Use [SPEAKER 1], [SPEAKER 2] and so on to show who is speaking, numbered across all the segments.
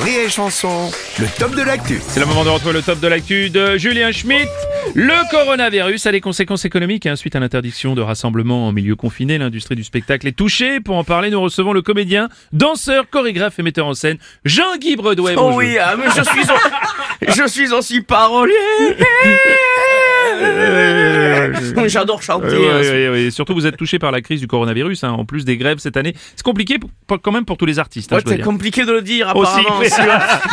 [SPEAKER 1] Rire et chanson, le top de l'actu.
[SPEAKER 2] C'est le moment de retrouver le top de l'actu de Julien Schmitt. Le coronavirus a des conséquences économiques. hein. Suite à l'interdiction de rassemblement en milieu confiné, l'industrie du spectacle est touchée. Pour en parler, nous recevons le comédien, danseur, chorégraphe et metteur en scène Jean-Guy Bredouet.
[SPEAKER 3] Oh
[SPEAKER 2] Bonjour.
[SPEAKER 3] oui, ah, mais je suis en... je suis aussi parolier.
[SPEAKER 2] Euh,
[SPEAKER 3] J'adore chanter. hein.
[SPEAKER 2] Oui, oui, oui, oui. Et Surtout, vous êtes touché par la crise du coronavirus, hein, en plus des grèves cette année. C'est compliqué pour- pour- quand même pour tous les artistes. hein,
[SPEAKER 3] Ouais,
[SPEAKER 2] je dois
[SPEAKER 3] c'est
[SPEAKER 2] dire.
[SPEAKER 3] compliqué de le dire
[SPEAKER 2] Aussi,
[SPEAKER 3] apparemment.
[SPEAKER 2] mais-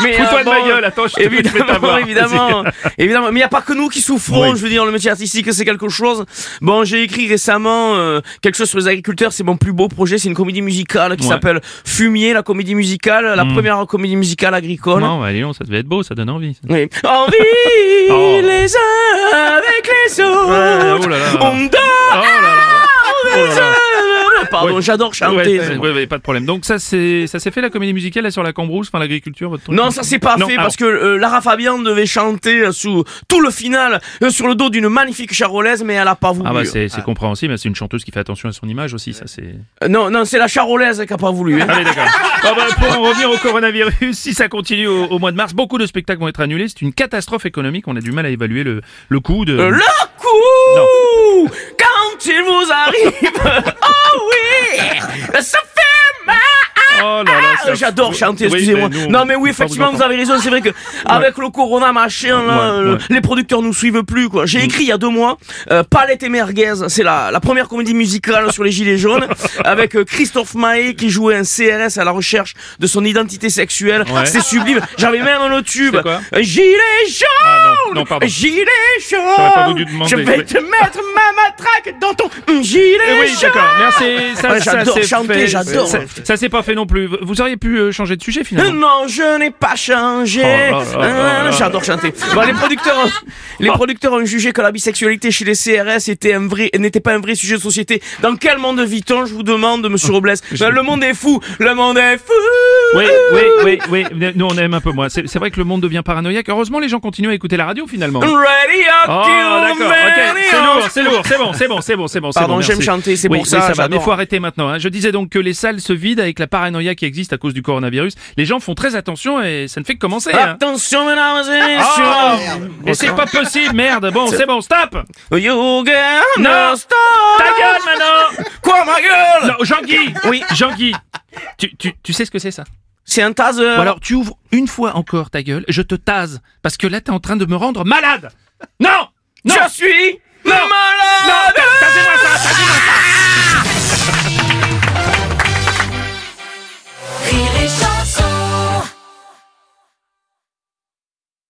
[SPEAKER 3] mais
[SPEAKER 2] Fous-toi
[SPEAKER 3] euh,
[SPEAKER 2] de ma gueule, hein, attends, je te- je vais t'avoir.
[SPEAKER 3] évidemment, évidemment,
[SPEAKER 2] Vas-y.
[SPEAKER 3] évidemment. Mais il n'y a pas que nous qui souffrons.
[SPEAKER 2] Oui.
[SPEAKER 3] Je veux dire, le métier artistique, c'est quelque chose. Bon, j'ai écrit récemment euh, quelque chose sur les agriculteurs. C'est mon plus beau projet. C'est une comédie musicale qui
[SPEAKER 2] Ouais. Mm.
[SPEAKER 3] s'appelle Fumier, la comédie musicale, la première comédie musicale agricole.
[SPEAKER 2] Non, bah, allez, non, ça devait être beau, ça donne envie.
[SPEAKER 3] Oui. En vie,
[SPEAKER 2] Oh.
[SPEAKER 3] les uns avec les
[SPEAKER 2] Ah,
[SPEAKER 3] autres,
[SPEAKER 2] oh là là.
[SPEAKER 3] on
[SPEAKER 2] Oh
[SPEAKER 3] dort.
[SPEAKER 2] là là. Oh là là.
[SPEAKER 3] Pardon,
[SPEAKER 2] Ouais.
[SPEAKER 3] j'adore chanter.
[SPEAKER 2] Ouais, ouais, ouais, ouais, pas de problème. Donc ça, c'est ça s'est fait la comédie musicale là, sur la cambrousse, enfin l'agriculture, votre truc.
[SPEAKER 3] Non, ça c'est pas
[SPEAKER 2] Non,
[SPEAKER 3] fait
[SPEAKER 2] ah
[SPEAKER 3] parce que euh, Lara Fabian devait chanter euh, sous tout le final euh, sur le dos d'une magnifique charolaise, mais elle a pas voulu.
[SPEAKER 2] Ah bah c'est c'est compréhensible, c'est une chanteuse qui fait attention à son image aussi, ça c'est...
[SPEAKER 3] Euh, non, non, c'est la charolaise qui a pas voulu. hein.
[SPEAKER 2] Allez d'accord. Ah bah, pour en revenir au coronavirus, si ça continue au, au mois de mars, beaucoup de spectacles vont être annulés, c'est une catastrophe économique, on a du mal à évaluer le, le coût de...
[SPEAKER 3] Euh, le coup quand il vous arrive, oh oui, ça fait mal.
[SPEAKER 2] Oh là là,
[SPEAKER 3] Ah,
[SPEAKER 2] ça-
[SPEAKER 3] J'adore chanter,
[SPEAKER 2] Oui,
[SPEAKER 3] excusez-moi.
[SPEAKER 2] mais nous, on-
[SPEAKER 3] non mais oui,
[SPEAKER 2] on peut pas vous
[SPEAKER 3] effectivement, vous,
[SPEAKER 2] entendre.
[SPEAKER 3] avez raison, c'est vrai que avec le corona machin, là,
[SPEAKER 2] Ouais,
[SPEAKER 3] euh,
[SPEAKER 2] ouais. Mm.
[SPEAKER 3] les producteurs nous suivent plus quoi. J'ai écrit il y a deux mois euh, Palette et merguez, c'est la, la première comédie musicale sur les gilets jaunes avec euh, Christophe Maé qui jouait un CRS à la recherche de son identité sexuelle.
[SPEAKER 2] Ouais.
[SPEAKER 3] C'était sublime. J'avais même le tube. Euh,
[SPEAKER 2] C'est quoi
[SPEAKER 3] Gilet jaune.
[SPEAKER 2] Ah, non, non, pardon.
[SPEAKER 3] Gilet jaune.
[SPEAKER 2] J'aurais pas voulu demander,
[SPEAKER 3] Je vais
[SPEAKER 2] oui.
[SPEAKER 3] te mettre ma matraque dans ton
[SPEAKER 2] Eh
[SPEAKER 3] gilet
[SPEAKER 2] oui,
[SPEAKER 3] jaune.
[SPEAKER 2] d'accord, merci. Ça,
[SPEAKER 3] Ouais,
[SPEAKER 2] ça
[SPEAKER 3] j'adore
[SPEAKER 2] s'est
[SPEAKER 3] chanter,
[SPEAKER 2] fait.
[SPEAKER 3] j'adore.
[SPEAKER 2] Ça, ça s'est pas fait non plus. Vous auriez pu euh, changer de sujet finalement.
[SPEAKER 3] Non, je n'ai pas changé. Ah,
[SPEAKER 2] Oh là là là là Ah. là.
[SPEAKER 3] J'adore chanter. Bon, les producteurs, ont- les producteurs ont jugé que la bisexualité chez les CRS était un vrai, n'était pas un vrai sujet de société. Dans quel monde vit-on, je vous demande, monsieur Robles? Ben, Le monde est fou. Le monde est fou.
[SPEAKER 2] Ah. Oui, oui, oui, oui. Nous, on aime un peu moins. C'est c'est vrai que le monde devient paranoïaque. Heureusement, les gens continuent à écouter la radio finalement.
[SPEAKER 3] Radio
[SPEAKER 2] Oh,
[SPEAKER 3] kill
[SPEAKER 2] d'accord, ok.
[SPEAKER 3] many
[SPEAKER 2] C'est lourd,
[SPEAKER 3] hours.
[SPEAKER 2] c'est lourd, c'est bon, c'est bon, c'est bon, c'est bon. c'est
[SPEAKER 3] Pardon,
[SPEAKER 2] bon,
[SPEAKER 3] j'aime
[SPEAKER 2] merci.
[SPEAKER 3] chanter, c'est
[SPEAKER 2] Oui,
[SPEAKER 3] pour ça,
[SPEAKER 2] oui, va, mais
[SPEAKER 3] j'adore.
[SPEAKER 2] faut arrêter maintenant. hein. Je disais donc que les salles se vident avec la paranoïa qui existe à cause du coronavirus. Les gens font très attention et ça ne fait que commencer. hein.
[SPEAKER 3] Attention, mesdames et
[SPEAKER 2] Ah,
[SPEAKER 3] messieurs.
[SPEAKER 2] mais c'est pas possible, merde. Bon, c'est bon, stop.
[SPEAKER 3] You get
[SPEAKER 2] Non.
[SPEAKER 3] no stop.
[SPEAKER 2] Ta gueule maintenant.
[SPEAKER 3] Quoi, ma gueule?
[SPEAKER 2] Non, Jean-Guy.
[SPEAKER 3] Oui.
[SPEAKER 2] Jean-Guy. Tu, tu, tu sais ce que c'est ça
[SPEAKER 3] C'est un taser.
[SPEAKER 2] Ou alors tu ouvres une fois encore ta gueule, je te tase parce que là t'es en train de me rendre malade. Non. Non.
[SPEAKER 3] Je suis